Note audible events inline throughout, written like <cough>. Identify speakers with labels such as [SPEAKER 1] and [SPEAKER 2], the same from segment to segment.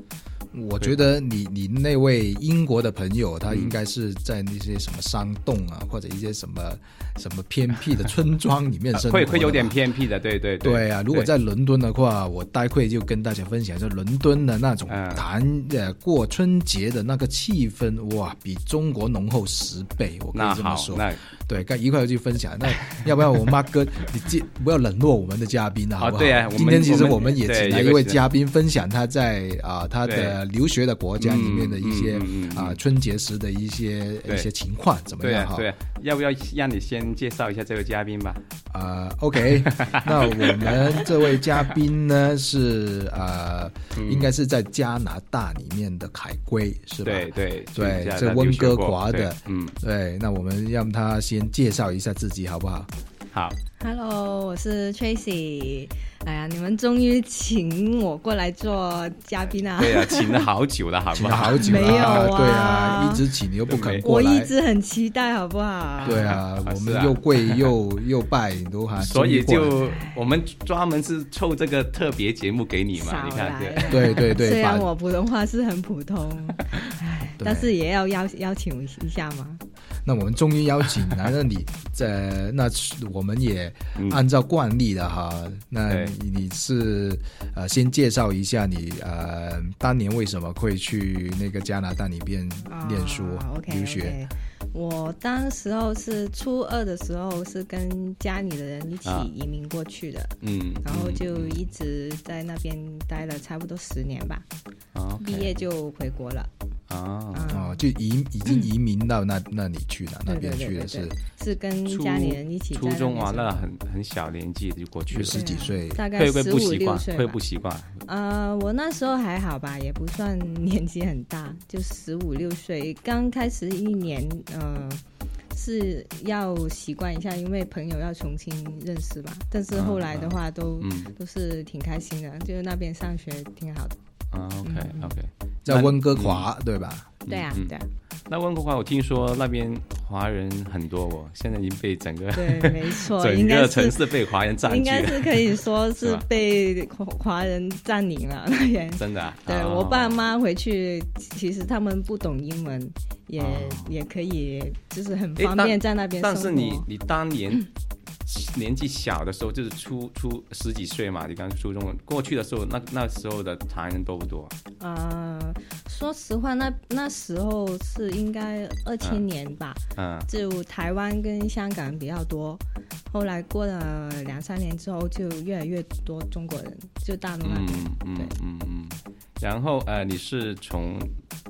[SPEAKER 1] 我觉得你你那位英国的朋友，他
[SPEAKER 2] 嗯
[SPEAKER 1] 应该是在那些什么山洞啊，或者一些什么什么偏僻的村
[SPEAKER 2] <laughs>
[SPEAKER 1] 庄里面生活的吧、
[SPEAKER 2] 呃会会有点偏僻的，对对
[SPEAKER 1] 对啊，如果
[SPEAKER 2] 对
[SPEAKER 1] 在伦敦的话，我待会就跟大家分享一下伦敦的那种
[SPEAKER 2] 嗯
[SPEAKER 1] 谈呃过春节的那个气氛，哇，比中国浓厚十倍，我可
[SPEAKER 2] 那
[SPEAKER 1] 以这么
[SPEAKER 2] 好，
[SPEAKER 1] 说。
[SPEAKER 2] 那
[SPEAKER 1] 对，该一块儿去分享。那要不然我妈哥，你记不要冷落我们的嘉宾啊，
[SPEAKER 2] 啊
[SPEAKER 1] 好不好？
[SPEAKER 2] 对啊我们
[SPEAKER 1] 今天其实
[SPEAKER 2] 我们
[SPEAKER 1] 我们也
[SPEAKER 2] 对
[SPEAKER 1] 请来一
[SPEAKER 2] 有个
[SPEAKER 1] 位
[SPEAKER 2] 是
[SPEAKER 1] 嘉宾分享他在啊、他的留学的国家里面的一些
[SPEAKER 2] 嗯
[SPEAKER 1] 啊、
[SPEAKER 2] 嗯嗯嗯
[SPEAKER 1] 春节时的一些
[SPEAKER 2] 对
[SPEAKER 1] 一些情况怎么
[SPEAKER 2] 对
[SPEAKER 1] 样
[SPEAKER 2] 啊
[SPEAKER 1] 哈？
[SPEAKER 2] 对啊，要不要让你先介绍一下这位嘉宾吧？
[SPEAKER 1] 呃，OK，那
[SPEAKER 2] <laughs>
[SPEAKER 1] 我们这位嘉宾呢是呃，
[SPEAKER 2] 嗯
[SPEAKER 1] 应该是在加拿大里面的海归是吧？
[SPEAKER 2] 对对去
[SPEAKER 1] 对
[SPEAKER 2] 加拿大
[SPEAKER 1] 这温哥华
[SPEAKER 2] 留学过
[SPEAKER 1] 的
[SPEAKER 2] 对嗯，
[SPEAKER 1] 对，那我们让他先介绍一下自己好不好？ <laughs>
[SPEAKER 2] 好，
[SPEAKER 3] Hello，我是 Tracy。哎呀，你们终于请我过来做嘉宾啊！
[SPEAKER 2] 对啊，请了好久了，好
[SPEAKER 1] 请
[SPEAKER 2] 不
[SPEAKER 1] 了
[SPEAKER 2] 好？
[SPEAKER 1] 好久了，
[SPEAKER 3] 没有啊
[SPEAKER 1] 对啊，一直请你又不肯过
[SPEAKER 3] 我
[SPEAKER 1] 来
[SPEAKER 3] 一，直很期待，好不好？
[SPEAKER 1] 对啊，我
[SPEAKER 2] 是
[SPEAKER 1] 们
[SPEAKER 2] 啊
[SPEAKER 1] 又跪 <laughs> 又又拜你都还，
[SPEAKER 2] <laughs> 所以
[SPEAKER 1] 终于过来
[SPEAKER 2] 就我们专门是凑这个特别节目给你嘛，
[SPEAKER 3] 少
[SPEAKER 2] 你看
[SPEAKER 3] 来
[SPEAKER 2] 对。
[SPEAKER 3] 了。
[SPEAKER 1] 对对对，
[SPEAKER 3] 虽然
[SPEAKER 1] 把
[SPEAKER 3] 我普通话是很普通，哎
[SPEAKER 1] <laughs> 对
[SPEAKER 3] 但是也要邀邀请一下嘛。
[SPEAKER 1] 那我们终于邀请来了你，在那我们也按照惯例的哈，那
[SPEAKER 2] 对
[SPEAKER 1] 你你是呃先介绍一下你呃当年为什么会去那个加拿大那边念书、
[SPEAKER 3] 啊、OK，
[SPEAKER 1] 留学
[SPEAKER 3] OK 我当时候是初二的时候，是跟家里的人一起
[SPEAKER 2] 啊
[SPEAKER 3] 移民过去的，
[SPEAKER 2] 嗯，
[SPEAKER 3] 然后
[SPEAKER 2] 嗯
[SPEAKER 3] 就一直在那边待了差不多十年吧，
[SPEAKER 2] 啊
[SPEAKER 3] 毕业就回国了。
[SPEAKER 2] 啊，
[SPEAKER 1] 嗯哦，就移已经移民到那那里去了，那
[SPEAKER 3] 对对
[SPEAKER 1] 边
[SPEAKER 3] 对
[SPEAKER 1] 去
[SPEAKER 3] 对
[SPEAKER 1] 了
[SPEAKER 3] 对
[SPEAKER 1] 是，
[SPEAKER 3] 是跟
[SPEAKER 2] 初
[SPEAKER 3] 家里人一起在
[SPEAKER 2] 初
[SPEAKER 3] 那
[SPEAKER 2] 中
[SPEAKER 3] 边
[SPEAKER 2] 玩
[SPEAKER 3] 生
[SPEAKER 2] 了
[SPEAKER 3] 活
[SPEAKER 2] 很很小年纪就过去
[SPEAKER 1] 就
[SPEAKER 2] 了，
[SPEAKER 1] 十几岁，
[SPEAKER 3] 啊大概
[SPEAKER 2] 会不会
[SPEAKER 3] 十
[SPEAKER 2] 不
[SPEAKER 3] 五
[SPEAKER 2] 习
[SPEAKER 3] 六
[SPEAKER 2] 惯？
[SPEAKER 3] 岁
[SPEAKER 2] 会
[SPEAKER 3] 吧
[SPEAKER 2] 不习惯？
[SPEAKER 3] 呃，我那时候还好吧，也不算年纪很大， <laughs> 就十五六岁，刚开始一年，呃，是要习惯一下，因为朋友要重新认识吧。但是后来的话都，
[SPEAKER 2] 嗯
[SPEAKER 3] 都是挺开心的，就是那边上学挺好的。
[SPEAKER 2] 啊，OK
[SPEAKER 3] 嗯
[SPEAKER 2] OK，
[SPEAKER 1] 在温哥华、对吧？
[SPEAKER 3] 对啊，
[SPEAKER 2] 嗯
[SPEAKER 3] 对啊，
[SPEAKER 2] 那温哥华我听说那边华人很多哦，现在已经被整个
[SPEAKER 3] 对，没错，
[SPEAKER 2] <laughs> 整
[SPEAKER 3] 应该
[SPEAKER 2] 个
[SPEAKER 3] 是
[SPEAKER 2] 城市被华人占 <laughs>
[SPEAKER 3] 应
[SPEAKER 2] 据
[SPEAKER 3] 该
[SPEAKER 2] 了，
[SPEAKER 3] 是可以说
[SPEAKER 2] 是
[SPEAKER 3] 是
[SPEAKER 2] 吧
[SPEAKER 3] 被华华人占领了那边。
[SPEAKER 2] 真的啊。
[SPEAKER 3] 对、
[SPEAKER 2] 哦
[SPEAKER 3] 我爸妈回去，其实他们不懂英文，也、
[SPEAKER 2] 哦
[SPEAKER 3] 也可以，就是很
[SPEAKER 2] 诶
[SPEAKER 3] 方
[SPEAKER 2] 但
[SPEAKER 3] 便在那边生
[SPEAKER 2] 但
[SPEAKER 3] 活。
[SPEAKER 2] 是你你当
[SPEAKER 3] <clears throat>
[SPEAKER 2] 年年纪小的时候，就是初初十几岁嘛，你刚初中过去的时候，那那时候的唐人多不多？
[SPEAKER 3] 呃，说实话，那那时候是应该二千年吧，
[SPEAKER 2] 嗯
[SPEAKER 3] 就台湾跟香港比较多。后来过了两三年之后，就越来越多中国人，就大陆那
[SPEAKER 2] 嗯
[SPEAKER 3] 边。
[SPEAKER 2] 嗯
[SPEAKER 3] 对
[SPEAKER 2] 嗯嗯。然后呃，你是从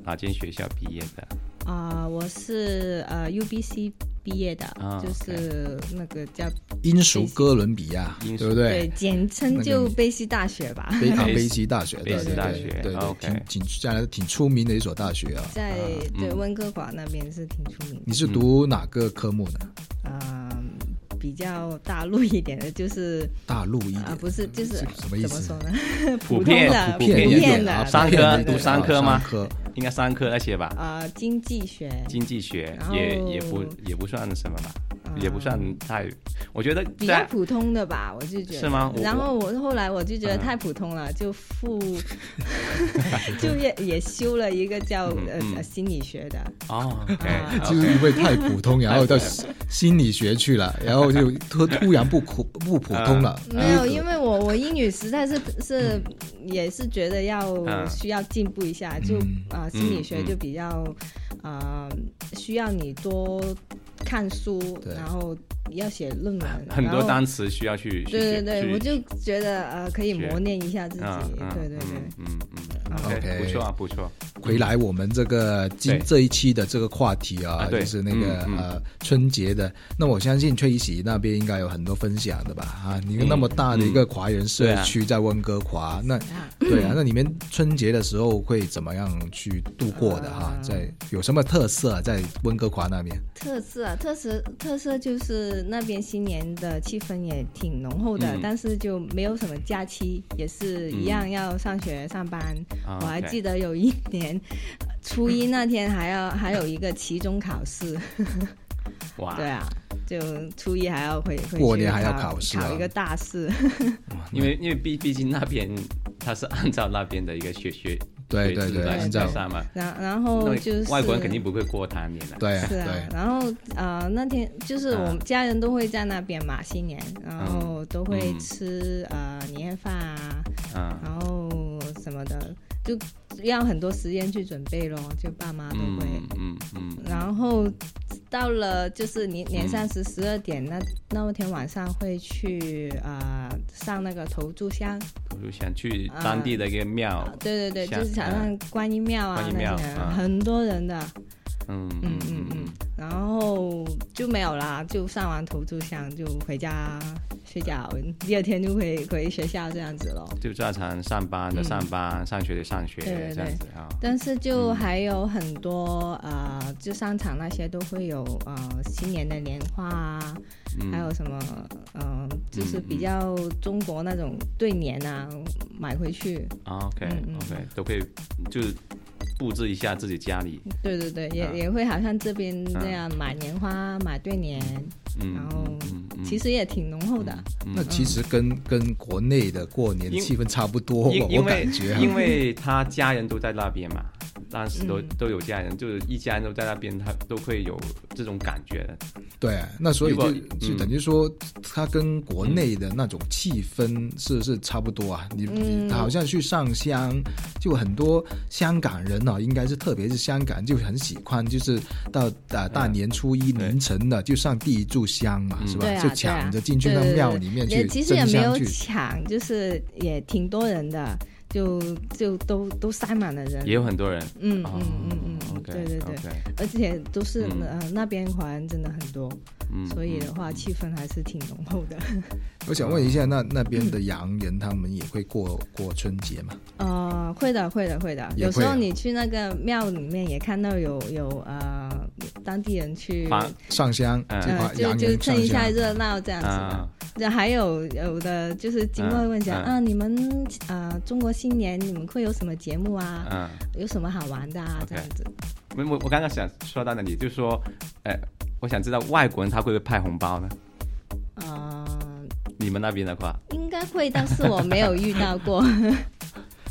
[SPEAKER 2] 哪间学校毕业的？
[SPEAKER 3] 啊、我是呃 UBC 毕业的，
[SPEAKER 2] 啊
[SPEAKER 3] 就是那个叫
[SPEAKER 1] 英属哥伦比亚，
[SPEAKER 2] 英属
[SPEAKER 1] 对不对？
[SPEAKER 3] 简称
[SPEAKER 1] 那个
[SPEAKER 3] 就贝西大学吧。
[SPEAKER 1] 贝
[SPEAKER 2] <laughs>
[SPEAKER 1] 啊，
[SPEAKER 2] 贝
[SPEAKER 1] 贝西大学，对
[SPEAKER 2] 贝
[SPEAKER 1] 对
[SPEAKER 2] 西大学
[SPEAKER 1] 对对对，
[SPEAKER 2] OK
[SPEAKER 1] 挺挺加拿大挺出名的一所大学啊。
[SPEAKER 3] 在对
[SPEAKER 2] 嗯
[SPEAKER 3] 温哥华那边是挺出名的
[SPEAKER 1] 你，是读哪个科目呢？
[SPEAKER 3] 嗯，比较大陆一点的，就是
[SPEAKER 1] 大陆一点
[SPEAKER 3] 啊，不是，就是
[SPEAKER 1] 是什么意
[SPEAKER 3] 怎么
[SPEAKER 1] 思
[SPEAKER 3] 说？呢？
[SPEAKER 2] 普
[SPEAKER 3] 普
[SPEAKER 2] 遍
[SPEAKER 3] 通
[SPEAKER 2] 的
[SPEAKER 3] 的
[SPEAKER 2] 普
[SPEAKER 1] 遍
[SPEAKER 2] 遍
[SPEAKER 1] 一
[SPEAKER 2] 一
[SPEAKER 1] 点
[SPEAKER 2] 点
[SPEAKER 3] 的
[SPEAKER 1] 啊，
[SPEAKER 3] 对
[SPEAKER 2] 商
[SPEAKER 1] 普遍
[SPEAKER 2] 科
[SPEAKER 1] 一点
[SPEAKER 2] 读商科吗
[SPEAKER 1] 啊商科
[SPEAKER 2] 应该商科那些吧，
[SPEAKER 3] 啊，经济学，
[SPEAKER 2] 经济学
[SPEAKER 3] 然后
[SPEAKER 2] 也也不也不算什么吧，也不算太，我觉得
[SPEAKER 3] 啊哦比较
[SPEAKER 2] 在
[SPEAKER 3] 普通的吧，我就觉得
[SPEAKER 2] 是吗我
[SPEAKER 3] 然后我后来我就觉得
[SPEAKER 2] 嗯
[SPEAKER 3] 太普通了，
[SPEAKER 2] <laughs>
[SPEAKER 3] 就复 <laughs> 就也也修了一个叫
[SPEAKER 2] 嗯
[SPEAKER 3] 呃
[SPEAKER 2] 嗯
[SPEAKER 3] 呃心理学的，
[SPEAKER 2] 哦
[SPEAKER 3] 啊
[SPEAKER 1] <laughs> 就是
[SPEAKER 2] ，OK，
[SPEAKER 1] 因为太普
[SPEAKER 2] <laughs>
[SPEAKER 1] 通，然后到心理学去了，然后就突突然不普不普通了。
[SPEAKER 2] 哎
[SPEAKER 1] 哎
[SPEAKER 3] 没有，
[SPEAKER 1] 第一个
[SPEAKER 3] 因为我我英语实在是是也是觉得要
[SPEAKER 2] 嗯
[SPEAKER 3] 需要进步一下，就
[SPEAKER 1] 嗯
[SPEAKER 3] 啊、呃心理学
[SPEAKER 2] 嗯
[SPEAKER 3] 就比较啊、呃需要你多看书
[SPEAKER 1] 对，
[SPEAKER 3] 然后要写论文，
[SPEAKER 2] <laughs> 很多
[SPEAKER 3] 然后
[SPEAKER 2] 单词需要去去
[SPEAKER 3] 对对对，
[SPEAKER 2] 去
[SPEAKER 3] 我就觉得呃可以
[SPEAKER 2] 学
[SPEAKER 3] 磨练一下自己，
[SPEAKER 2] 嗯嗯
[SPEAKER 3] 对对对。
[SPEAKER 2] 嗯嗯
[SPEAKER 3] 啊
[SPEAKER 2] ，OK，
[SPEAKER 1] OK
[SPEAKER 2] 不错啊，不错，
[SPEAKER 1] 回来我们这个今
[SPEAKER 2] 对
[SPEAKER 1] 这一期的这个话题啊，
[SPEAKER 2] 啊对
[SPEAKER 1] 就是那个、
[SPEAKER 2] 嗯嗯
[SPEAKER 1] 呃春节的。那我相信崔喜那边应该有很多分享的吧？啊，你那么大的一个华人社区在温哥
[SPEAKER 2] 嗯
[SPEAKER 1] 华，那
[SPEAKER 3] 啊
[SPEAKER 1] 对啊，那你们春节的时候会怎么样去度过的哈、
[SPEAKER 3] 啊
[SPEAKER 1] 在有什么特色、啊、在温哥华那边？
[SPEAKER 3] 特色啊，特色特色就是那边新年的气氛也挺浓厚的，
[SPEAKER 2] 嗯
[SPEAKER 3] 但是就没有什么假期，也是一样要上学上班。
[SPEAKER 2] 啊
[SPEAKER 3] 我还
[SPEAKER 2] OK
[SPEAKER 3] 记得有一年 <laughs> 初一那天还要还有一个期中考试，
[SPEAKER 2] 哇，
[SPEAKER 3] 对啊，就初一还要回回去
[SPEAKER 1] 过年还要考试啊
[SPEAKER 3] 考一个大试，
[SPEAKER 2] 因为因为毕毕竟那边它是按照那边的一个学学
[SPEAKER 1] 对
[SPEAKER 2] 学
[SPEAKER 1] 对
[SPEAKER 2] 制
[SPEAKER 1] 对，
[SPEAKER 2] 来
[SPEAKER 1] 按
[SPEAKER 2] 来
[SPEAKER 1] 照
[SPEAKER 2] 上嘛，
[SPEAKER 3] 然然后
[SPEAKER 2] 那
[SPEAKER 3] 哦就是
[SPEAKER 2] 外国人肯定不会过唐年的，
[SPEAKER 1] 对啊
[SPEAKER 3] 是
[SPEAKER 1] 对
[SPEAKER 3] 啊，然后呃那天就是我们家人都会在那边嘛，新年，然后都会
[SPEAKER 2] 嗯
[SPEAKER 3] 吃、呃年夜饭啊，
[SPEAKER 2] 嗯
[SPEAKER 3] 然后什么的，就要很多时间去准备咯，就爸妈都
[SPEAKER 2] 嗯
[SPEAKER 3] 会。
[SPEAKER 2] 嗯嗯
[SPEAKER 3] 然后到了就是年年
[SPEAKER 2] 嗯
[SPEAKER 3] 三十十二点那那天晚上会去呃上那个投炷香，
[SPEAKER 2] 嗯，就想去
[SPEAKER 3] 啊
[SPEAKER 2] 当地的一个庙，
[SPEAKER 3] 对对对，
[SPEAKER 2] 香
[SPEAKER 3] 就是想让观音庙啊
[SPEAKER 2] 观音
[SPEAKER 3] 那
[SPEAKER 2] 庙
[SPEAKER 3] 些
[SPEAKER 2] 啊
[SPEAKER 3] 很多人的，
[SPEAKER 2] 嗯嗯
[SPEAKER 3] 嗯嗯
[SPEAKER 2] 嗯
[SPEAKER 3] 嗯，然后就没有啦，就上完投炷香就回家睡觉，第二天就回回学校这样子咯。
[SPEAKER 2] 就正常上班的上班，上学的上学，
[SPEAKER 3] 对嗯对对
[SPEAKER 2] 这样子啊，
[SPEAKER 3] 但是就
[SPEAKER 2] 嗯
[SPEAKER 3] 还有很多、呃，就商场那些都会有呃新年的年画啊，
[SPEAKER 2] 嗯
[SPEAKER 3] 还有什么呃，就是
[SPEAKER 2] 嗯嗯
[SPEAKER 3] 比较中国那种对联啊，买回去，
[SPEAKER 2] 啊，OK
[SPEAKER 3] 嗯嗯
[SPEAKER 2] OK，都可以就是布置一下自己家里，
[SPEAKER 3] 对对对，也、
[SPEAKER 2] 啊
[SPEAKER 3] 也会好像这边
[SPEAKER 2] 啊
[SPEAKER 3] 这样买年花、买对联，
[SPEAKER 2] 嗯
[SPEAKER 3] 然后
[SPEAKER 2] 嗯嗯，
[SPEAKER 3] 其
[SPEAKER 2] 实
[SPEAKER 3] 实也挺浓厚的。
[SPEAKER 1] 那其实跟跟国内的过年
[SPEAKER 2] 嗯因
[SPEAKER 1] 气氛差不多，
[SPEAKER 2] 因
[SPEAKER 1] 我
[SPEAKER 2] 因
[SPEAKER 1] 我
[SPEAKER 2] 为
[SPEAKER 1] 感觉啊
[SPEAKER 2] 因为他家人都在那边嘛，当时都、
[SPEAKER 3] 嗯
[SPEAKER 2] 都有家人，就是一家人都在那边，他都会有这种感觉的。
[SPEAKER 1] 对，那所以
[SPEAKER 2] 如果
[SPEAKER 1] 就就
[SPEAKER 2] 嗯
[SPEAKER 1] 等于说，它跟国内的那种气氛是是差不多啊。你
[SPEAKER 3] 嗯
[SPEAKER 1] 你好像去上香，就很多香港人啊，应该是特别是香港就很喜欢，就是到啊大年初一
[SPEAKER 2] 嗯对
[SPEAKER 1] 凌晨的就上第一炷香嘛，
[SPEAKER 2] 嗯
[SPEAKER 1] 是吧
[SPEAKER 3] 对？啊
[SPEAKER 1] 就
[SPEAKER 3] 对啊
[SPEAKER 1] 抢着进去到
[SPEAKER 3] 对对
[SPEAKER 1] 庙
[SPEAKER 3] 对
[SPEAKER 1] 里面
[SPEAKER 3] 也
[SPEAKER 1] 去
[SPEAKER 3] 其实也
[SPEAKER 1] 争
[SPEAKER 3] 没
[SPEAKER 1] 香
[SPEAKER 3] 有
[SPEAKER 1] 去。
[SPEAKER 3] 抢，就是也挺多人的，就就都都塞满了人。
[SPEAKER 2] 也有很多人，
[SPEAKER 3] 嗯
[SPEAKER 2] 哦
[SPEAKER 3] 嗯嗯嗯嗯，
[SPEAKER 2] ，OK，
[SPEAKER 3] 对对对
[SPEAKER 2] o，k
[SPEAKER 3] 而且都是
[SPEAKER 2] 嗯
[SPEAKER 3] 呃那边华人真的很多，
[SPEAKER 2] 嗯，
[SPEAKER 3] 所以的
[SPEAKER 2] 嗯
[SPEAKER 3] 话气氛还是挺浓厚的。
[SPEAKER 1] 我想问一下，那那
[SPEAKER 3] 嗯
[SPEAKER 1] 边的洋人他们也会过过春节吗？
[SPEAKER 3] 呃，会的，会的，会的。
[SPEAKER 1] 也
[SPEAKER 3] 有时
[SPEAKER 1] 会啊
[SPEAKER 3] 候你去那个庙里面也看到有有呃当地人去，
[SPEAKER 2] 反
[SPEAKER 1] 上香，
[SPEAKER 2] 嗯
[SPEAKER 1] 这
[SPEAKER 3] 呃
[SPEAKER 1] 块
[SPEAKER 3] 就
[SPEAKER 1] 洋
[SPEAKER 3] 就
[SPEAKER 1] 人
[SPEAKER 3] 蹭
[SPEAKER 1] 上
[SPEAKER 3] 一
[SPEAKER 1] 香
[SPEAKER 3] 下。热闹这样子的。
[SPEAKER 2] 啊，
[SPEAKER 3] 那还有有的就是经过会问一下、
[SPEAKER 2] 嗯嗯
[SPEAKER 3] 啊，你们呃中国新年你们会有什么节目啊？
[SPEAKER 2] 嗯，
[SPEAKER 3] 有什么好玩的啊
[SPEAKER 2] OK
[SPEAKER 3] 这样子，
[SPEAKER 2] 我我我刚刚想说到那里，就是说，哎，我想知道外国人他会不会派红包呢？
[SPEAKER 3] 呃，
[SPEAKER 2] 你们那边的话，
[SPEAKER 3] 应该会，但是我没有遇到
[SPEAKER 2] <laughs>
[SPEAKER 3] 过。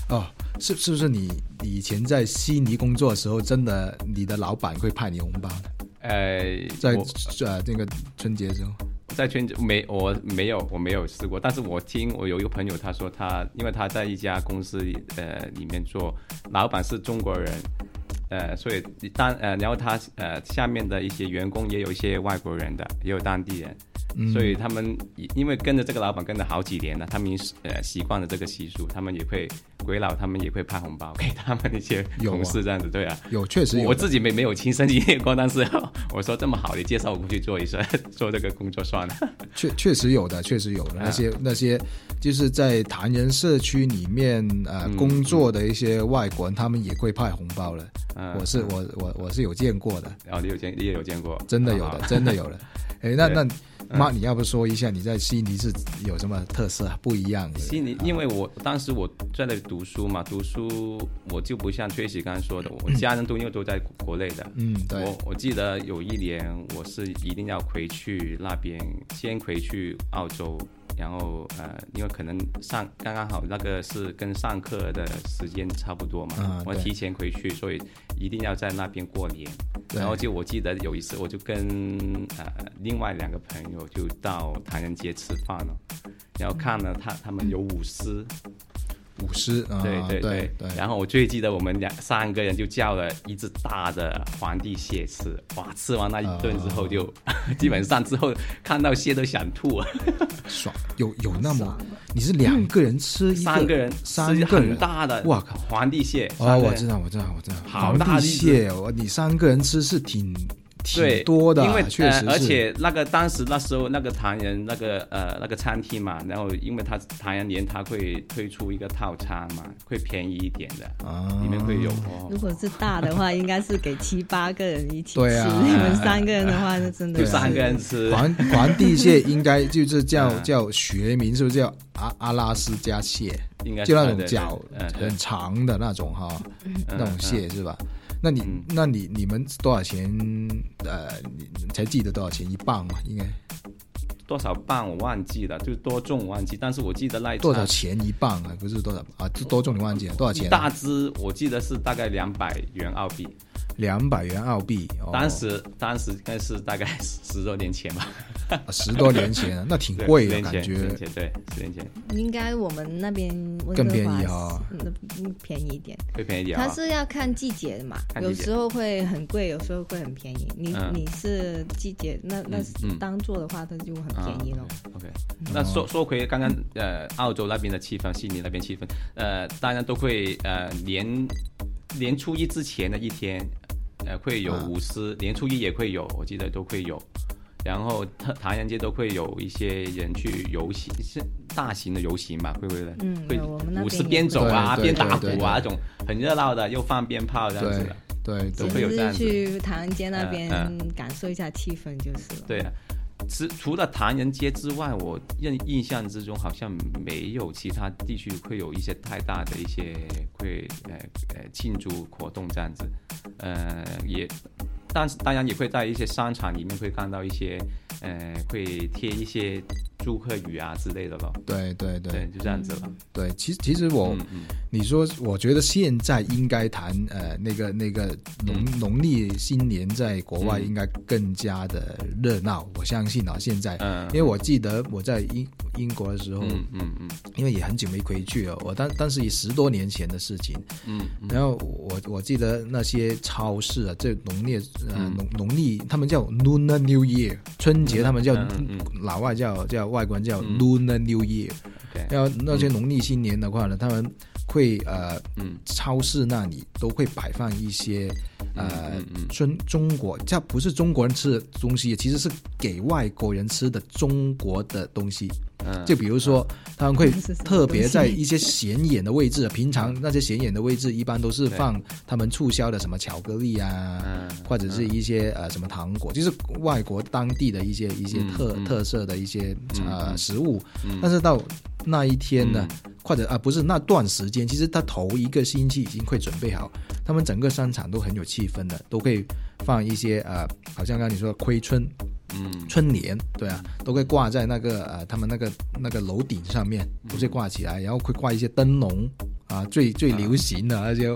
[SPEAKER 1] 哦，是是不是你你以前在悉尼工作的时候，真的你的老板会派你红包呢？
[SPEAKER 2] 呃，
[SPEAKER 1] 在
[SPEAKER 2] 我
[SPEAKER 1] 呃那个春节的时候，
[SPEAKER 2] 在圈子没我没有我没有试过，但是我听我有一个朋友他说他，因为他在一家公司里呃里面做，老板是中国人，呃，所以当呃然后他呃下面的一些员工也有一些外国人的，也有当地人，
[SPEAKER 1] 嗯，
[SPEAKER 2] 所以他们也因为跟着这个老板跟了好几年了，他们已经呃习惯了这个习俗，他们也会归老，他们也会派红包给他们一些
[SPEAKER 1] 有啊
[SPEAKER 2] 同事这样子，对啊。
[SPEAKER 1] 有确实有
[SPEAKER 2] 我自己没没有亲身经历过，但是 <laughs> 我说这么好的介绍，我过去做一下， <laughs> 做这个工作算了。
[SPEAKER 1] 确确实有的，确实有的
[SPEAKER 2] 啊
[SPEAKER 1] 那些那些就是在唐人社区里面呃、
[SPEAKER 2] 嗯
[SPEAKER 1] 工作的一些外国人，他们也会派红包的。
[SPEAKER 2] 嗯，
[SPEAKER 1] 我是我我我是有见过的，
[SPEAKER 2] 哦，你有见你也有见过，啊
[SPEAKER 1] 真的有
[SPEAKER 2] 好
[SPEAKER 1] 的，真的 <laughs> 有的。哎，那那
[SPEAKER 2] 对嗯
[SPEAKER 1] 妈，你要不说一下你在悉尼是有什么特色啊不一样的？
[SPEAKER 2] 悉尼，因为我当时我在那里读书嘛，读书我就不像崔喜刚说的，我家人都因为都在国内的。
[SPEAKER 1] 嗯，对，
[SPEAKER 2] 我我记得有一年我是一定要回去那边，先回去澳洲，然后呃，因为可能上刚刚好那个是跟上课的时间差不多嘛，
[SPEAKER 1] 啊
[SPEAKER 2] 我
[SPEAKER 1] 对
[SPEAKER 2] 提前回去，所以一定要在那边过年。
[SPEAKER 1] 对
[SPEAKER 2] 然后就我记得有一次，我就跟呃另外两个朋友就到唐人街吃饭了，然后看了他他们有舞狮，
[SPEAKER 1] 舞狮啊，
[SPEAKER 2] 对
[SPEAKER 1] 对
[SPEAKER 2] 对。然后我最记得我们两三个人就叫了一只大的皇帝蟹吃，哇，吃完那一顿之
[SPEAKER 1] 啊
[SPEAKER 2] 后就、基本上之后看到蟹都想吐，
[SPEAKER 1] 爽，有有那么
[SPEAKER 3] 爽，
[SPEAKER 1] 你是两个人吃一
[SPEAKER 2] 三个人
[SPEAKER 1] 三
[SPEAKER 2] 吃
[SPEAKER 1] 个
[SPEAKER 2] 很
[SPEAKER 1] 人，
[SPEAKER 2] 大的，
[SPEAKER 1] 哇靠
[SPEAKER 2] 皇帝蟹，
[SPEAKER 1] 哦，
[SPEAKER 2] 三个
[SPEAKER 1] 我
[SPEAKER 2] 人
[SPEAKER 1] 知道，我知道，我知道，
[SPEAKER 2] 好
[SPEAKER 1] 皇
[SPEAKER 2] 大的
[SPEAKER 1] 帝
[SPEAKER 2] 一只
[SPEAKER 1] 蟹，我你三个人吃是挺
[SPEAKER 2] 对，
[SPEAKER 1] 挺多的啊，
[SPEAKER 2] 因为
[SPEAKER 1] 确实是，
[SPEAKER 2] 呃，而且那个当时那时候那个唐人那个呃那个餐厅嘛，然后因为他唐人年他会推出一个套餐嘛，会便宜一点的，
[SPEAKER 1] 啊，
[SPEAKER 2] 里面会有哦
[SPEAKER 3] 如。果是大的话，应该是给七八个人一起吃。
[SPEAKER 1] 对啊
[SPEAKER 3] 你们三个人的话，那真的
[SPEAKER 2] 就是三个人吃，
[SPEAKER 1] 皇皇帝蟹应该就
[SPEAKER 2] <laughs>
[SPEAKER 1] 是叫
[SPEAKER 2] 嗯
[SPEAKER 1] 叫学名是不是叫阿阿拉斯加蟹？
[SPEAKER 2] 应该
[SPEAKER 1] 就那种
[SPEAKER 2] 对对
[SPEAKER 1] 脚
[SPEAKER 2] 嗯对
[SPEAKER 1] 很长的那种哈，那种蟹是吧？那你
[SPEAKER 2] 嗯
[SPEAKER 1] 那你你们多少钱？呃，你你才记得多少钱一磅嘛？应该
[SPEAKER 2] 多少磅我忘记了，就多重我忘记，但是我记得那一
[SPEAKER 1] 多少
[SPEAKER 2] 餐
[SPEAKER 1] 钱一磅啊？不是多少啊？就多重你忘记了多少
[SPEAKER 2] 一
[SPEAKER 1] 钱啊？
[SPEAKER 2] 大只，我记得是大概两百元澳币，
[SPEAKER 1] 两百元澳币，哦、
[SPEAKER 2] 当时当时应该是大概十多年前吧，
[SPEAKER 1] 啊十多年前，
[SPEAKER 2] <laughs>
[SPEAKER 1] 那挺
[SPEAKER 2] 对
[SPEAKER 1] 贵
[SPEAKER 2] 十
[SPEAKER 1] 的
[SPEAKER 2] 年
[SPEAKER 1] 感
[SPEAKER 2] 前，十
[SPEAKER 1] 觉
[SPEAKER 2] 年。前对，十年前
[SPEAKER 3] 应该我们那边温哥
[SPEAKER 1] 更
[SPEAKER 3] 华
[SPEAKER 1] 便宜啊哈
[SPEAKER 3] 是嗯嗯便宜一点。
[SPEAKER 2] 会便宜点
[SPEAKER 3] 它
[SPEAKER 2] 啊。
[SPEAKER 3] 是要看季节的嘛，
[SPEAKER 2] 看季
[SPEAKER 3] 有
[SPEAKER 2] 节
[SPEAKER 3] 时候会很贵，有时候会很便宜。你、
[SPEAKER 2] 嗯
[SPEAKER 3] 你是季节，那那
[SPEAKER 2] 嗯
[SPEAKER 3] 当做的话，它就很
[SPEAKER 2] 啊
[SPEAKER 3] 便宜咯。
[SPEAKER 2] OK，那说说回刚刚呃，澳洲那边的气氛，悉尼那边气氛，呃，大家都会呃年年初一之前的一天，呃，会有
[SPEAKER 1] 啊
[SPEAKER 2] 舞狮，年初一也会有，我记得都会有。然后唐唐人街都会有一些人去游行，是大型的游行嘛，会不会的？
[SPEAKER 3] 嗯
[SPEAKER 2] 会
[SPEAKER 3] 有我们那
[SPEAKER 2] 舞
[SPEAKER 3] 边
[SPEAKER 2] 狮
[SPEAKER 3] 也
[SPEAKER 2] 边走啊，
[SPEAKER 1] 会
[SPEAKER 2] 边打鼓
[SPEAKER 1] 对对对对
[SPEAKER 2] 啊，那种很热闹的，又放鞭炮这样子
[SPEAKER 1] 对
[SPEAKER 2] 的。
[SPEAKER 1] 对
[SPEAKER 2] 都
[SPEAKER 1] 对
[SPEAKER 2] 会
[SPEAKER 3] 其
[SPEAKER 2] 有这
[SPEAKER 3] 实
[SPEAKER 2] 样子
[SPEAKER 3] 去唐人街那
[SPEAKER 2] 嗯
[SPEAKER 3] 边
[SPEAKER 2] 嗯
[SPEAKER 3] 感受一下气氛就是了。
[SPEAKER 2] 对啊，除除了唐人街之外，我印印象之中好像没有其他地区会有一些太大的一些会呃呃庆祝活动这样子，呃也。但是当然也会在一些商场里面会看到一些，呃，会贴一些祝贺语啊之类的咯。
[SPEAKER 1] 对对对
[SPEAKER 2] 对，就这样子了。
[SPEAKER 1] 对，其实其实我、
[SPEAKER 2] 嗯嗯，
[SPEAKER 1] 你说，我觉得现在应该谈呃那个那个农、农历新年在国外
[SPEAKER 2] 嗯
[SPEAKER 1] 应该更加的热闹，我相信啊，现在。
[SPEAKER 2] 嗯
[SPEAKER 1] 因为我记得我在英英国的时候，
[SPEAKER 2] 嗯嗯嗯
[SPEAKER 1] 因为也很久没回去了，我当但是也十多年前的事情。
[SPEAKER 2] 嗯嗯
[SPEAKER 1] 然后我我记得那些超市啊，这农历呃
[SPEAKER 2] 嗯
[SPEAKER 1] 农农历他们叫 Lunar New Year，春节他们叫、
[SPEAKER 2] 嗯嗯
[SPEAKER 1] 老外叫叫外国人叫
[SPEAKER 2] 嗯
[SPEAKER 1] Lunar New Year，、
[SPEAKER 2] ，OK，
[SPEAKER 1] 然后那些农历新年的话呢，他们会呃
[SPEAKER 2] 嗯
[SPEAKER 1] 超市那里都会摆放一些呃
[SPEAKER 2] 嗯嗯
[SPEAKER 1] 中中国，这不是中国人吃的东西，其实是给外国人吃的中国的东西。
[SPEAKER 2] 嗯，
[SPEAKER 1] 就比如说，他们会
[SPEAKER 3] 这是什么
[SPEAKER 1] 特别在
[SPEAKER 3] 东西
[SPEAKER 1] 一些显眼的位置，平常那些显眼的位置一般都是放他们促销的什么巧克力啊，
[SPEAKER 2] 嗯
[SPEAKER 1] 或者是一些呃什么糖果，就是外国当地的一些一些
[SPEAKER 2] 嗯
[SPEAKER 1] 特
[SPEAKER 2] 嗯
[SPEAKER 1] 特色的一些呃
[SPEAKER 2] 嗯
[SPEAKER 1] 食物
[SPEAKER 2] 嗯。
[SPEAKER 1] 但是到那一天呢，或者啊不是那段时间，其实他头一个星期已经会准备好，他们整个商场都很有气氛的，都会放一些呃，好像刚才你说的亏春
[SPEAKER 2] 嗯
[SPEAKER 1] 春联，对啊，都会挂在那个呃他们那个那个楼顶上面，都是挂起来，然后会挂一些灯笼啊，最最流行的那些，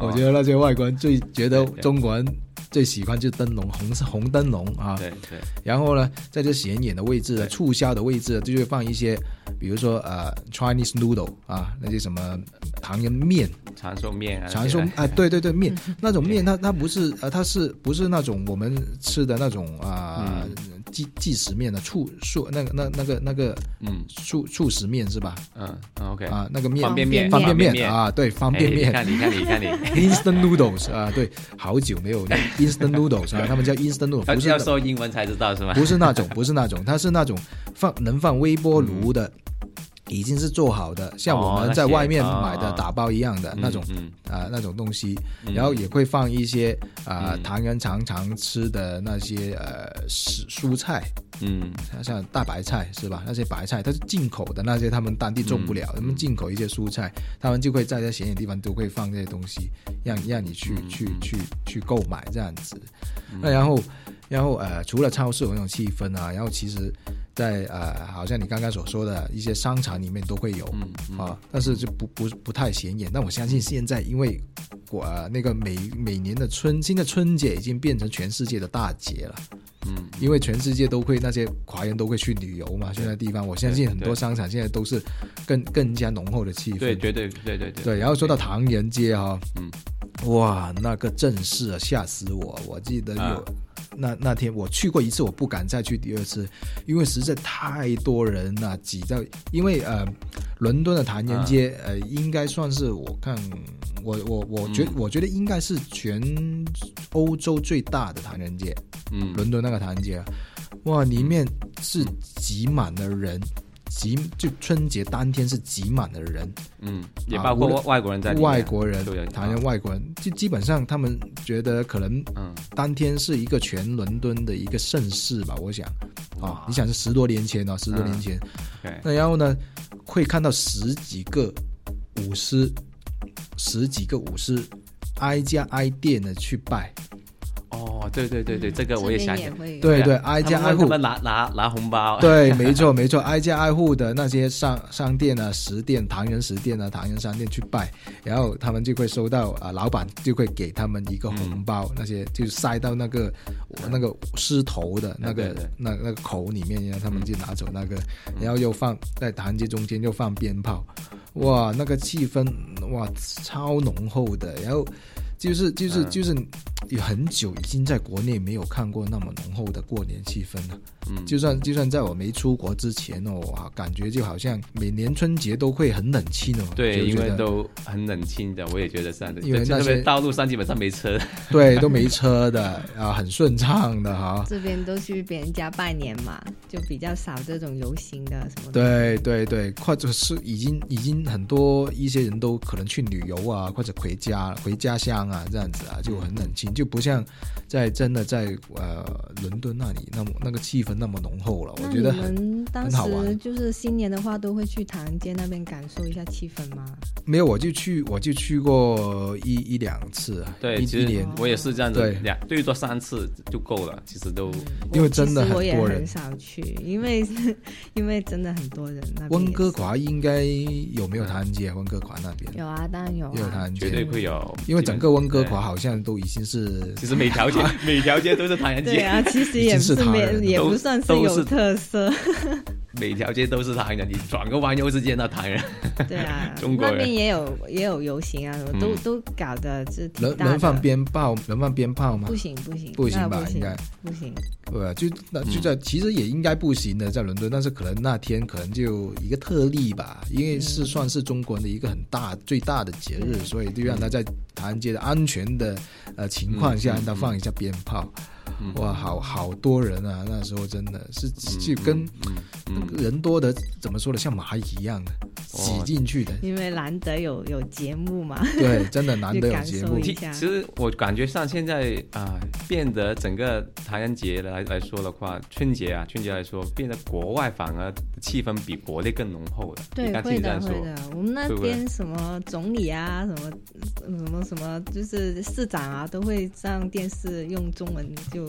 [SPEAKER 1] 我觉
[SPEAKER 2] 得
[SPEAKER 1] 得那些外国人最觉得
[SPEAKER 2] 啊对对
[SPEAKER 1] 中国人最喜欢就是灯笼，红色红灯笼啊，
[SPEAKER 2] 哦对对，
[SPEAKER 1] 然后呢，在这显眼的位置呢
[SPEAKER 2] 对
[SPEAKER 1] 促销的位置呢啊就会放一些，比如说呃 Chinese noodle 啊，那些什么唐人面。
[SPEAKER 2] 长寿面啊，
[SPEAKER 1] 长寿
[SPEAKER 2] 这些
[SPEAKER 1] 啊，对对对，面那种面，它它不是呃，它是不是那种我们吃的那种啊即即食面的醋醋那个那那个那个
[SPEAKER 2] 嗯
[SPEAKER 1] 醋醋食面是吧？
[SPEAKER 2] 嗯嗯，OK，
[SPEAKER 1] 啊，那个面
[SPEAKER 2] 方便
[SPEAKER 3] 面
[SPEAKER 1] 方
[SPEAKER 2] 方
[SPEAKER 1] 便
[SPEAKER 2] 便
[SPEAKER 1] 面
[SPEAKER 2] 面
[SPEAKER 1] 啊，对方便
[SPEAKER 2] 哎
[SPEAKER 1] 面。
[SPEAKER 2] 你看你看你看你。
[SPEAKER 1] <laughs> Instant noodles 啊，对，好久没有 instant noodles 啊，他们叫 instant noodles，
[SPEAKER 2] 要
[SPEAKER 1] 不是
[SPEAKER 2] 要
[SPEAKER 1] 那
[SPEAKER 2] 说英文才知道是吗？
[SPEAKER 1] 不是那种，不是那种，它是那种放能放微波炉的，已经是做好的，像我
[SPEAKER 2] 嗯哦
[SPEAKER 1] 们
[SPEAKER 2] 那
[SPEAKER 1] 在
[SPEAKER 2] 些
[SPEAKER 1] 外面
[SPEAKER 2] 哦
[SPEAKER 1] 买的
[SPEAKER 2] 哦
[SPEAKER 1] 打包一样的那种
[SPEAKER 2] 嗯
[SPEAKER 1] 啊那种东西，
[SPEAKER 2] 嗯
[SPEAKER 1] 然后也会放一些啊
[SPEAKER 2] 嗯
[SPEAKER 1] 唐人常常吃的那些呃蔬蔬菜，
[SPEAKER 2] 嗯
[SPEAKER 1] 像像大白菜是吧？那些白菜它是进口的，那些他们当地种不了，
[SPEAKER 2] 嗯
[SPEAKER 1] 他们进口一些蔬菜，他们就会在这显眼地方都会放这些东西，让让你去、
[SPEAKER 2] 嗯
[SPEAKER 1] 去去去购买这样子。那然后然后呃，除了超市有那种气氛啊，然后其实在呃，好像你刚刚所说的一些商场里面都会有。
[SPEAKER 2] 嗯嗯
[SPEAKER 1] 啊，但是就不不不太显眼。但我相信现在，因为我、呃、那个每每年的春，现在春节已经变成全世界的大节了。
[SPEAKER 2] 嗯
[SPEAKER 1] 因为全世界都会那些华人都会去旅游嘛，去那地方，我相信很多商场现在都是更更加浓厚的气氛。
[SPEAKER 2] 对，绝对对对对
[SPEAKER 1] 嗯对然后说到唐人街哈、
[SPEAKER 2] 嗯
[SPEAKER 1] 哇，那个阵势啊，吓死我！我记得有、
[SPEAKER 2] 啊
[SPEAKER 1] 那那天我去过一次，我不敢再去第二次，因为实在太多人了、挤到。因为呃，伦敦的唐人街、
[SPEAKER 2] 啊
[SPEAKER 1] 呃，应该算是我看我我我觉、
[SPEAKER 2] 嗯
[SPEAKER 1] 我觉得应该是全欧洲最大的唐人街。
[SPEAKER 2] 嗯
[SPEAKER 1] 伦敦那个唐人街，啊哇，里面是挤满了人，挤就春节当天是挤满了人，
[SPEAKER 2] 嗯，也
[SPEAKER 1] 啊
[SPEAKER 2] 包
[SPEAKER 1] 无
[SPEAKER 2] 括外
[SPEAKER 1] 论
[SPEAKER 2] 外国人在里面
[SPEAKER 1] 外国人
[SPEAKER 2] 对、
[SPEAKER 1] 唐人、
[SPEAKER 2] 啊
[SPEAKER 1] 外国人，就基本上他们觉得可能
[SPEAKER 2] 嗯
[SPEAKER 1] 当天是一个全伦敦的一个盛世吧，我想啊
[SPEAKER 2] 哇，
[SPEAKER 1] 你想是十多年前哦，十多
[SPEAKER 2] 嗯
[SPEAKER 1] 年前，
[SPEAKER 2] ，OK，
[SPEAKER 1] 那然后呢，会看到十几个舞狮，十几个舞狮挨家挨店的去拜，
[SPEAKER 2] 哦，对对对对，
[SPEAKER 3] 嗯
[SPEAKER 2] 这个我也想
[SPEAKER 3] 这
[SPEAKER 2] 起
[SPEAKER 3] 边
[SPEAKER 2] 来，
[SPEAKER 3] 会有
[SPEAKER 1] 对对，
[SPEAKER 2] 啊
[SPEAKER 1] 挨
[SPEAKER 2] 他
[SPEAKER 1] 家
[SPEAKER 2] 们
[SPEAKER 1] 挨
[SPEAKER 2] 他
[SPEAKER 1] 户
[SPEAKER 2] 们拿拿拿红包，
[SPEAKER 1] 对，没错没错，挨家挨户的那些商商店啊、食店、唐人食店啊、唐人商店去拜，然后他们就会收到啊、老板就会给他们一个红包，那些就塞到那个那个狮头的那个
[SPEAKER 2] 对对
[SPEAKER 1] 那那个口里面，然后他们就拿走那个，然后又放在唐人街中间又放鞭炮，哇，那个气氛哇超浓厚的，然后就是就是
[SPEAKER 2] 嗯
[SPEAKER 1] 就是。有很久已经在国内没有看过那么浓厚的过年气氛了。
[SPEAKER 2] 嗯
[SPEAKER 1] 就算就算在我没出国之前哦，哇，感觉就好像每年春节都会很冷清哦。
[SPEAKER 2] 对，
[SPEAKER 1] 就
[SPEAKER 2] 因
[SPEAKER 1] 觉
[SPEAKER 2] 为
[SPEAKER 1] 得
[SPEAKER 2] 都很冷清的，我也觉得是这样的，
[SPEAKER 1] 因为
[SPEAKER 2] 对
[SPEAKER 1] 那
[SPEAKER 2] 这边
[SPEAKER 1] 些
[SPEAKER 2] 道路上基本上没车，
[SPEAKER 1] <laughs> 对都没车的啊，很顺畅的哈。
[SPEAKER 3] 这边都去别人家拜年嘛，就比较少这种游行的什么的。
[SPEAKER 1] 对对对，或者是已经已经很多一些人都可能去旅游啊，或者回家回家乡啊这样子啊，就很冷清，就不像在真的在呃伦敦那里那么那个气氛那么浓厚了。我
[SPEAKER 3] 那
[SPEAKER 1] 觉
[SPEAKER 3] 你
[SPEAKER 1] 得很
[SPEAKER 3] 们当
[SPEAKER 1] 很好玩
[SPEAKER 3] 时就是新年的话，都会去唐人街那边感受一下气氛吗？
[SPEAKER 1] 没有，我就去我就去过一一两次啊，
[SPEAKER 2] 对，
[SPEAKER 1] 一
[SPEAKER 2] 其
[SPEAKER 1] 一
[SPEAKER 2] 实
[SPEAKER 1] 年
[SPEAKER 2] 我也是这样子
[SPEAKER 1] 对，
[SPEAKER 2] 两最多三次就够了。其实都
[SPEAKER 1] 因为真的
[SPEAKER 3] 嗯其实我
[SPEAKER 1] 很
[SPEAKER 3] 也
[SPEAKER 1] 多人
[SPEAKER 3] 很少去，因为因为真的很多人那边也
[SPEAKER 1] 温
[SPEAKER 3] 是。
[SPEAKER 1] 哥华应该有没有唐人街啊？温哥华那边
[SPEAKER 3] 有啊，当然有
[SPEAKER 1] 也有唐
[SPEAKER 3] 啊。
[SPEAKER 1] 人
[SPEAKER 2] 绝
[SPEAKER 1] 街
[SPEAKER 2] 对，会有，
[SPEAKER 1] 因为整个温哥华
[SPEAKER 2] 对，
[SPEAKER 1] 好像都已经是
[SPEAKER 2] 其实每
[SPEAKER 1] <laughs>
[SPEAKER 2] 条街每条街都是唐人
[SPEAKER 3] <laughs> 对
[SPEAKER 2] 街，
[SPEAKER 3] 啊，其实
[SPEAKER 1] 已经
[SPEAKER 3] 也
[SPEAKER 1] <laughs>
[SPEAKER 3] 不
[SPEAKER 1] 是
[SPEAKER 3] 是
[SPEAKER 1] 唐
[SPEAKER 3] 没
[SPEAKER 1] 人了
[SPEAKER 3] 也
[SPEAKER 2] 都
[SPEAKER 3] 不算是
[SPEAKER 2] 都
[SPEAKER 3] 有
[SPEAKER 2] 是
[SPEAKER 3] 特色，
[SPEAKER 2] 每条街都是唐人，你转个弯又是见到唐人。
[SPEAKER 3] 对啊，
[SPEAKER 2] 中国
[SPEAKER 3] 那
[SPEAKER 2] 人
[SPEAKER 3] 边也有也有游行啊，什么都
[SPEAKER 2] 嗯
[SPEAKER 3] 都搞的这挺
[SPEAKER 1] 能
[SPEAKER 3] 大的。
[SPEAKER 1] 能放鞭炮，能放鞭炮吗
[SPEAKER 3] 不？行不行
[SPEAKER 1] 不行
[SPEAKER 3] 那
[SPEAKER 1] 吧
[SPEAKER 3] 不
[SPEAKER 1] 应该
[SPEAKER 3] 行不行，
[SPEAKER 1] 对吧？就那
[SPEAKER 2] 嗯
[SPEAKER 1] 就在、其实也应该不行的，在伦敦，但是可能那天可能就一个特例吧，因
[SPEAKER 3] 嗯
[SPEAKER 1] 为是算是中国人的一个很大最大的节日，所以就让他在唐人街的安全的呃情况
[SPEAKER 2] 嗯嗯
[SPEAKER 1] 下，
[SPEAKER 2] 嗯
[SPEAKER 1] 让他放一下鞭炮。哇，好好多人啊！那时候真的是就跟
[SPEAKER 2] 嗯嗯哦
[SPEAKER 1] 人多的怎么说呢，像蚂蚁一样的挤进去的。
[SPEAKER 3] 因为难得有有节目嘛，
[SPEAKER 1] 对，真的难得有
[SPEAKER 3] 感 <laughs>
[SPEAKER 1] 节
[SPEAKER 3] 受
[SPEAKER 1] 目
[SPEAKER 3] 一。
[SPEAKER 2] 其
[SPEAKER 3] 下
[SPEAKER 2] 其实我感觉上现在啊、变得整个唐人节来来说的话，春节啊，春节来说，变得国外反而气氛比国内更浓厚了。
[SPEAKER 3] 对
[SPEAKER 2] 你，刚听你
[SPEAKER 3] 会
[SPEAKER 2] 这
[SPEAKER 3] 的
[SPEAKER 2] 样说
[SPEAKER 3] 会，的。我们那
[SPEAKER 2] 对不对
[SPEAKER 3] 边什么总理啊，什么什么什么，就是市长啊，都会上电视用中文就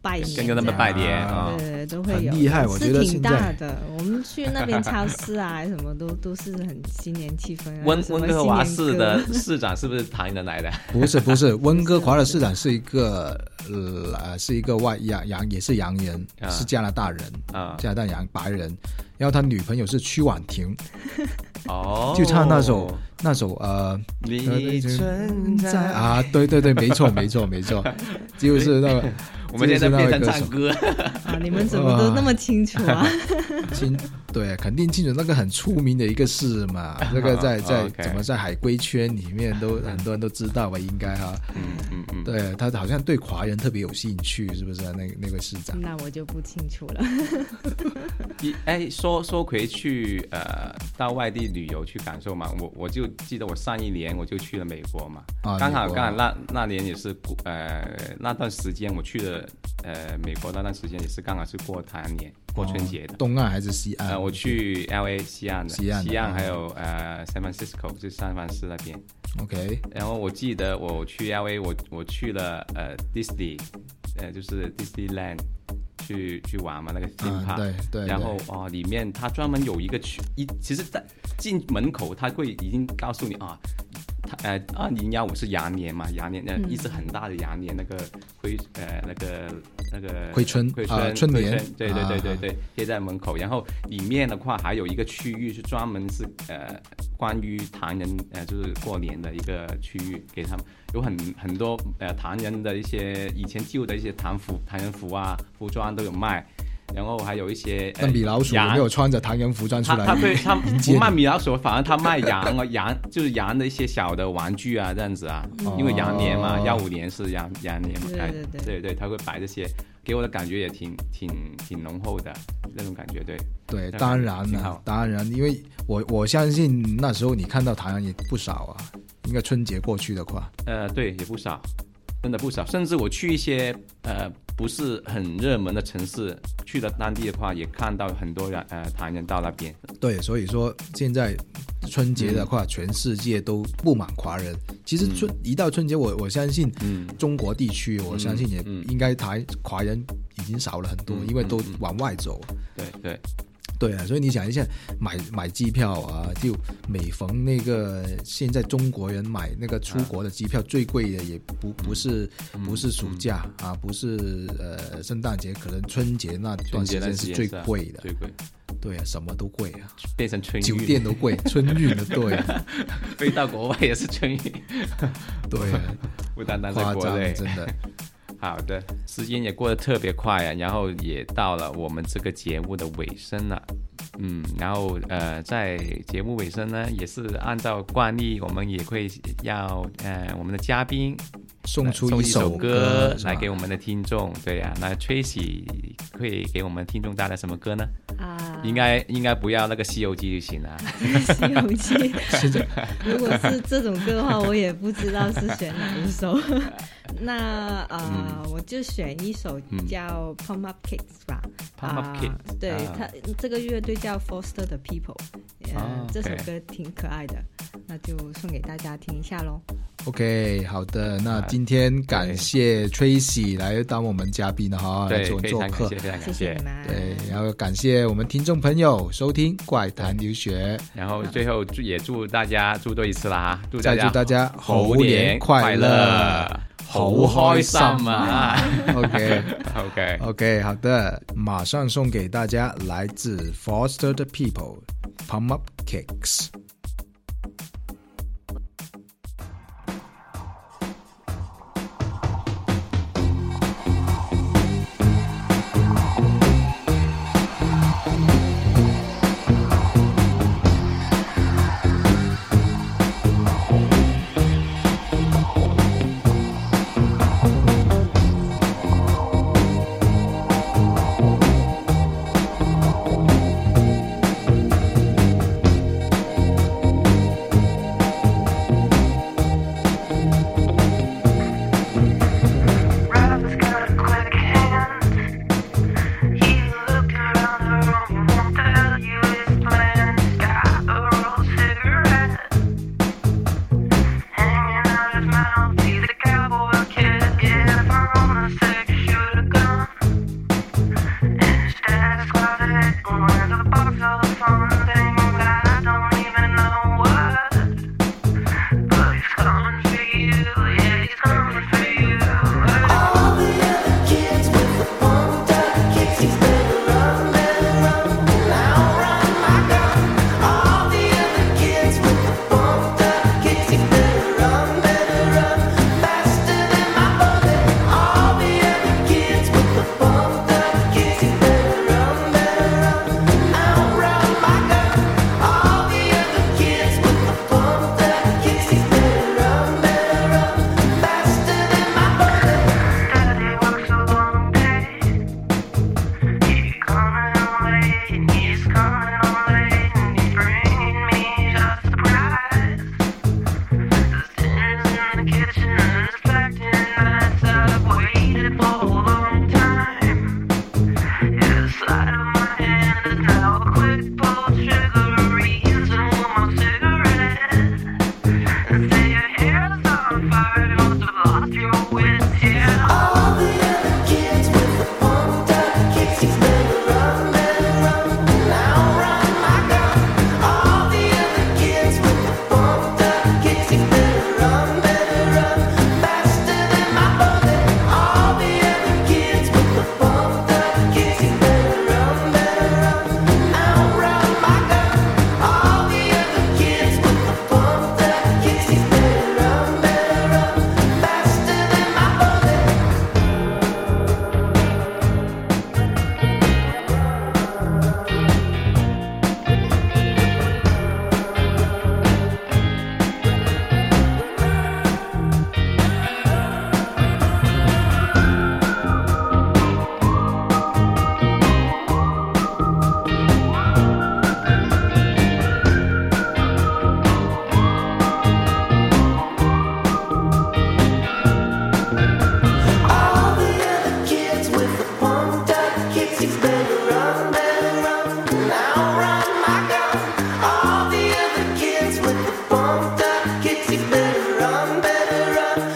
[SPEAKER 3] 拜年这
[SPEAKER 2] 跟跟
[SPEAKER 3] 样，
[SPEAKER 2] 他们拜年啊、
[SPEAKER 3] 对，都会
[SPEAKER 1] 很
[SPEAKER 3] 有，
[SPEAKER 1] 厉害我觉
[SPEAKER 3] 是
[SPEAKER 1] 得
[SPEAKER 3] 挺
[SPEAKER 1] 现在
[SPEAKER 3] 大的。我们去那边超市啊，什么都都是很新年气氛啊。
[SPEAKER 2] 温
[SPEAKER 3] 什么
[SPEAKER 2] 温哥华
[SPEAKER 3] 新年
[SPEAKER 2] 市
[SPEAKER 3] 歌
[SPEAKER 2] 的市长是不是唐人来的？
[SPEAKER 1] 不是不是，温哥华的市长是一个呃是一个外洋洋也是洋人，
[SPEAKER 2] 啊
[SPEAKER 1] 是加拿大人，
[SPEAKER 2] 啊、
[SPEAKER 1] 加拿大洋白人。然后他女朋友是曲婉婷，
[SPEAKER 2] 哦，
[SPEAKER 1] <laughs> 就唱那首那首呃
[SPEAKER 2] 你存在。
[SPEAKER 1] 啊，对对对，没错没错没
[SPEAKER 2] <laughs>
[SPEAKER 1] 错，就是那个
[SPEAKER 2] 我们现在变成
[SPEAKER 1] 就是那
[SPEAKER 2] 唱
[SPEAKER 1] 位
[SPEAKER 2] 歌，
[SPEAKER 3] 啊，你们怎么都那么清楚啊？
[SPEAKER 2] <laughs>
[SPEAKER 1] 清对，肯定清楚那个很出名的一个事嘛，那个在在
[SPEAKER 2] 啊 OK
[SPEAKER 1] 怎么在海归圈里面都很多人都知道吧，应该哈。
[SPEAKER 2] 嗯嗯嗯，
[SPEAKER 1] 对他好像对华人特别有兴趣，是不是啊？那那位市长，
[SPEAKER 3] 那我就不清楚了。
[SPEAKER 2] 一哎，说说回去呃，到外地旅游去感受嘛，我我就记得我上一年我就去了美国嘛，
[SPEAKER 1] 啊
[SPEAKER 2] 嗯刚好
[SPEAKER 1] 美国
[SPEAKER 2] 刚好那那年也是过呃那段时间我去了呃美国那段时间也是刚好是过唐
[SPEAKER 1] 哦
[SPEAKER 2] 年过春节的。
[SPEAKER 1] 东岸还是西岸？
[SPEAKER 2] 呃，我去 L A 西岸的，
[SPEAKER 1] 啊西岸的嗯
[SPEAKER 2] 还有呃 San Francisco 就是三藩市那边。
[SPEAKER 1] OK，
[SPEAKER 2] 然后我记得我去 L A，我我去了呃 Disney，呃就是 Disneyland 去去玩嘛那个 theme
[SPEAKER 1] 嗯，
[SPEAKER 2] park、
[SPEAKER 1] 对对，
[SPEAKER 2] 然后啊、里面它专门有一个区，一其实在进门口，它会已经告诉你啊，它呃二零幺五是羊年嘛，羊年那、呃一只很大的羊年，那个灰呃那个那个
[SPEAKER 1] 灰春
[SPEAKER 2] 灰
[SPEAKER 1] 啊
[SPEAKER 2] 春
[SPEAKER 1] 春
[SPEAKER 2] 灰
[SPEAKER 1] 联
[SPEAKER 2] 对对
[SPEAKER 1] 啊
[SPEAKER 2] 对
[SPEAKER 1] 啊
[SPEAKER 2] 对对，贴在门口。然后里面的话还有一个区域是专门是呃关于唐人呃就是过年的一个区域，给他们有很很多呃唐人的一些以前旧的一些唐服、唐人服啊、服装都有卖。然后还有一些
[SPEAKER 1] 那
[SPEAKER 2] 呃
[SPEAKER 1] 米老鼠有
[SPEAKER 2] 羊
[SPEAKER 1] 没有穿着唐人服装出
[SPEAKER 2] 他他
[SPEAKER 1] 来？
[SPEAKER 2] 对他
[SPEAKER 1] <laughs> 接
[SPEAKER 2] 不卖米老鼠，反而他卖羊啊， <laughs> 羊就是羊的一些小的玩具啊，这样子啊，因为羊年嘛
[SPEAKER 1] 哦，
[SPEAKER 2] 幺五年是羊羊年嘛，
[SPEAKER 3] 对
[SPEAKER 2] 哎
[SPEAKER 3] 对对
[SPEAKER 2] 对对，他会摆这些，给我的感觉也挺挺挺浓厚的那种感觉，对，
[SPEAKER 1] 对，
[SPEAKER 2] 他
[SPEAKER 1] 当然
[SPEAKER 2] 挺
[SPEAKER 1] 了
[SPEAKER 2] 嗯好，
[SPEAKER 1] 当然，因为我我相信那时候你看到唐人也不少啊，应该春节过去的话，
[SPEAKER 2] 呃，对，也不少，真的不少，甚至我去一些呃不是很热门的城市，去了当地的话，也看到很多人呃唐人到那边，
[SPEAKER 1] 对，所以说现在春节的
[SPEAKER 2] 嗯
[SPEAKER 1] 话，全世界都布满华人。其实春、一到春节我，我相信
[SPEAKER 2] 嗯，
[SPEAKER 1] 中国地区，我相信也
[SPEAKER 2] 嗯
[SPEAKER 1] 应该台华人已经少了很多，
[SPEAKER 2] 嗯
[SPEAKER 1] 因为都
[SPEAKER 2] 嗯嗯
[SPEAKER 1] 往外走。
[SPEAKER 2] 对对，
[SPEAKER 1] 对啊，所以你想一下，买买机票啊，就每逢那个现在中国人买那个出国的机票最贵的也
[SPEAKER 2] 嗯
[SPEAKER 1] 不不是不是暑假啊，不是呃圣诞节，可能春节那段
[SPEAKER 2] 春节
[SPEAKER 1] 时
[SPEAKER 2] 那
[SPEAKER 1] 间
[SPEAKER 2] 时
[SPEAKER 1] 是
[SPEAKER 2] 间
[SPEAKER 1] 最
[SPEAKER 2] 啊
[SPEAKER 1] 贵的。
[SPEAKER 2] 最贵，
[SPEAKER 1] 对啊，什么都贵啊，
[SPEAKER 2] 变成春运，
[SPEAKER 1] 酒店都
[SPEAKER 2] <laughs>
[SPEAKER 1] 贵，春运的对啊，
[SPEAKER 2] 飞到国外也是春运，
[SPEAKER 1] 对啊，
[SPEAKER 2] 不单单在
[SPEAKER 1] 夸
[SPEAKER 2] 国
[SPEAKER 1] 张
[SPEAKER 2] 内，，
[SPEAKER 1] 真
[SPEAKER 2] <laughs>
[SPEAKER 1] 的。
[SPEAKER 2] 好的，时间也过得特别快啊，然后也到了我们这个节目的尾声了。嗯，然后呃，在节目尾声呢，也是按照惯例，我们也会要呃我们的嘉宾
[SPEAKER 1] 送出
[SPEAKER 2] 送一
[SPEAKER 1] 首
[SPEAKER 2] 首歌来给
[SPEAKER 1] 我。
[SPEAKER 2] 我啊们的听众。对呀、那 Tracy 会给我们听众带来什么歌呢？
[SPEAKER 3] 啊，
[SPEAKER 2] 应该应该不要那个《西游记》就行了。啊
[SPEAKER 3] 西游记
[SPEAKER 1] 是的，》。
[SPEAKER 3] 如果是这种歌的话，我也不知道是选哪一
[SPEAKER 2] <laughs>
[SPEAKER 3] 首。那呃，我就选一首
[SPEAKER 2] 嗯
[SPEAKER 3] 叫《Pump Up Kids》吧。
[SPEAKER 2] Pump Up
[SPEAKER 3] 啊
[SPEAKER 2] Kids，
[SPEAKER 3] 对
[SPEAKER 2] 啊
[SPEAKER 3] 他这个乐队叫 Foster 的 People，
[SPEAKER 2] 啊
[SPEAKER 3] 呃，这首
[SPEAKER 2] OK
[SPEAKER 3] 歌挺可爱的，那就送给大家听一下喽。
[SPEAKER 1] OK，好的，那
[SPEAKER 2] 啊
[SPEAKER 1] 今天感谢 Tracy 来当我们嘉宾哈，来
[SPEAKER 2] 对，
[SPEAKER 1] 做
[SPEAKER 2] 非
[SPEAKER 1] 啊做
[SPEAKER 2] 常感
[SPEAKER 1] 客
[SPEAKER 2] 谢，。非常
[SPEAKER 3] 谢
[SPEAKER 2] 感
[SPEAKER 3] 谢
[SPEAKER 2] 谢
[SPEAKER 3] 你。们。
[SPEAKER 1] 对，然后感谢我们听众朋友收听《怪谈留学
[SPEAKER 2] 然后最后祝也祝大家祝多一次啦，祝》，大
[SPEAKER 1] 再
[SPEAKER 2] 家
[SPEAKER 1] 祝大家猴年快
[SPEAKER 2] 快
[SPEAKER 1] 乐。
[SPEAKER 2] 好開心啊
[SPEAKER 1] OK
[SPEAKER 2] <laughs> ！OK，
[SPEAKER 1] OK，好的，马上送给大家来自 Foster the People Pump Up Kicks。
[SPEAKER 4] Rob's got a quick hand. He's looked around the room, won't tell you his plans. Got a rolled cigarette hanging out his mouth. He's a cowboy kid. If I own a six-shooter gun in his dad's closet, with a box full of fun things I don't even know what. But he's coming for you, yeah, he's coming for you. All the other kids with the pumped up kicks, he's gonna run, better run, and I'll run my gun. All the other kids with the pumped up kicks, he's gonna run, better run, faster than my bullet. All the other kids with the pumped up kicks, he's gonna run, better run, and I'll run my gun. All the other kids with the pumped up kicks, he's gonna run, better run, faster than my bullet. Daddy works a long day. He's coming on late, and he's coming on late, and he's bringing me a surprise. The sinners in the kitchen, and the fact nights I've waited for a long time. Yeah, side of my hand is now a quick pull trigger, a reason for my cigarette. And say your hair is on fire, you must have lost your wits, yeah. All the other kids with the pumped up kicks, he's better run, better run, and I'll run my gun. All the other kids with the pumped up kicks, he's better run, better run, faster than my bullet. All the other kids with the pumped up kicks, he's better run, better run, and I'll run my gun. All the other kids with the pumped up kicks, he's better run, better run, faster than my bullet. All the other kids with the pumped up kicks, he's better run, better run, and I'll run my gun. All the other kids with the pumped up kicks, he's better run, better run,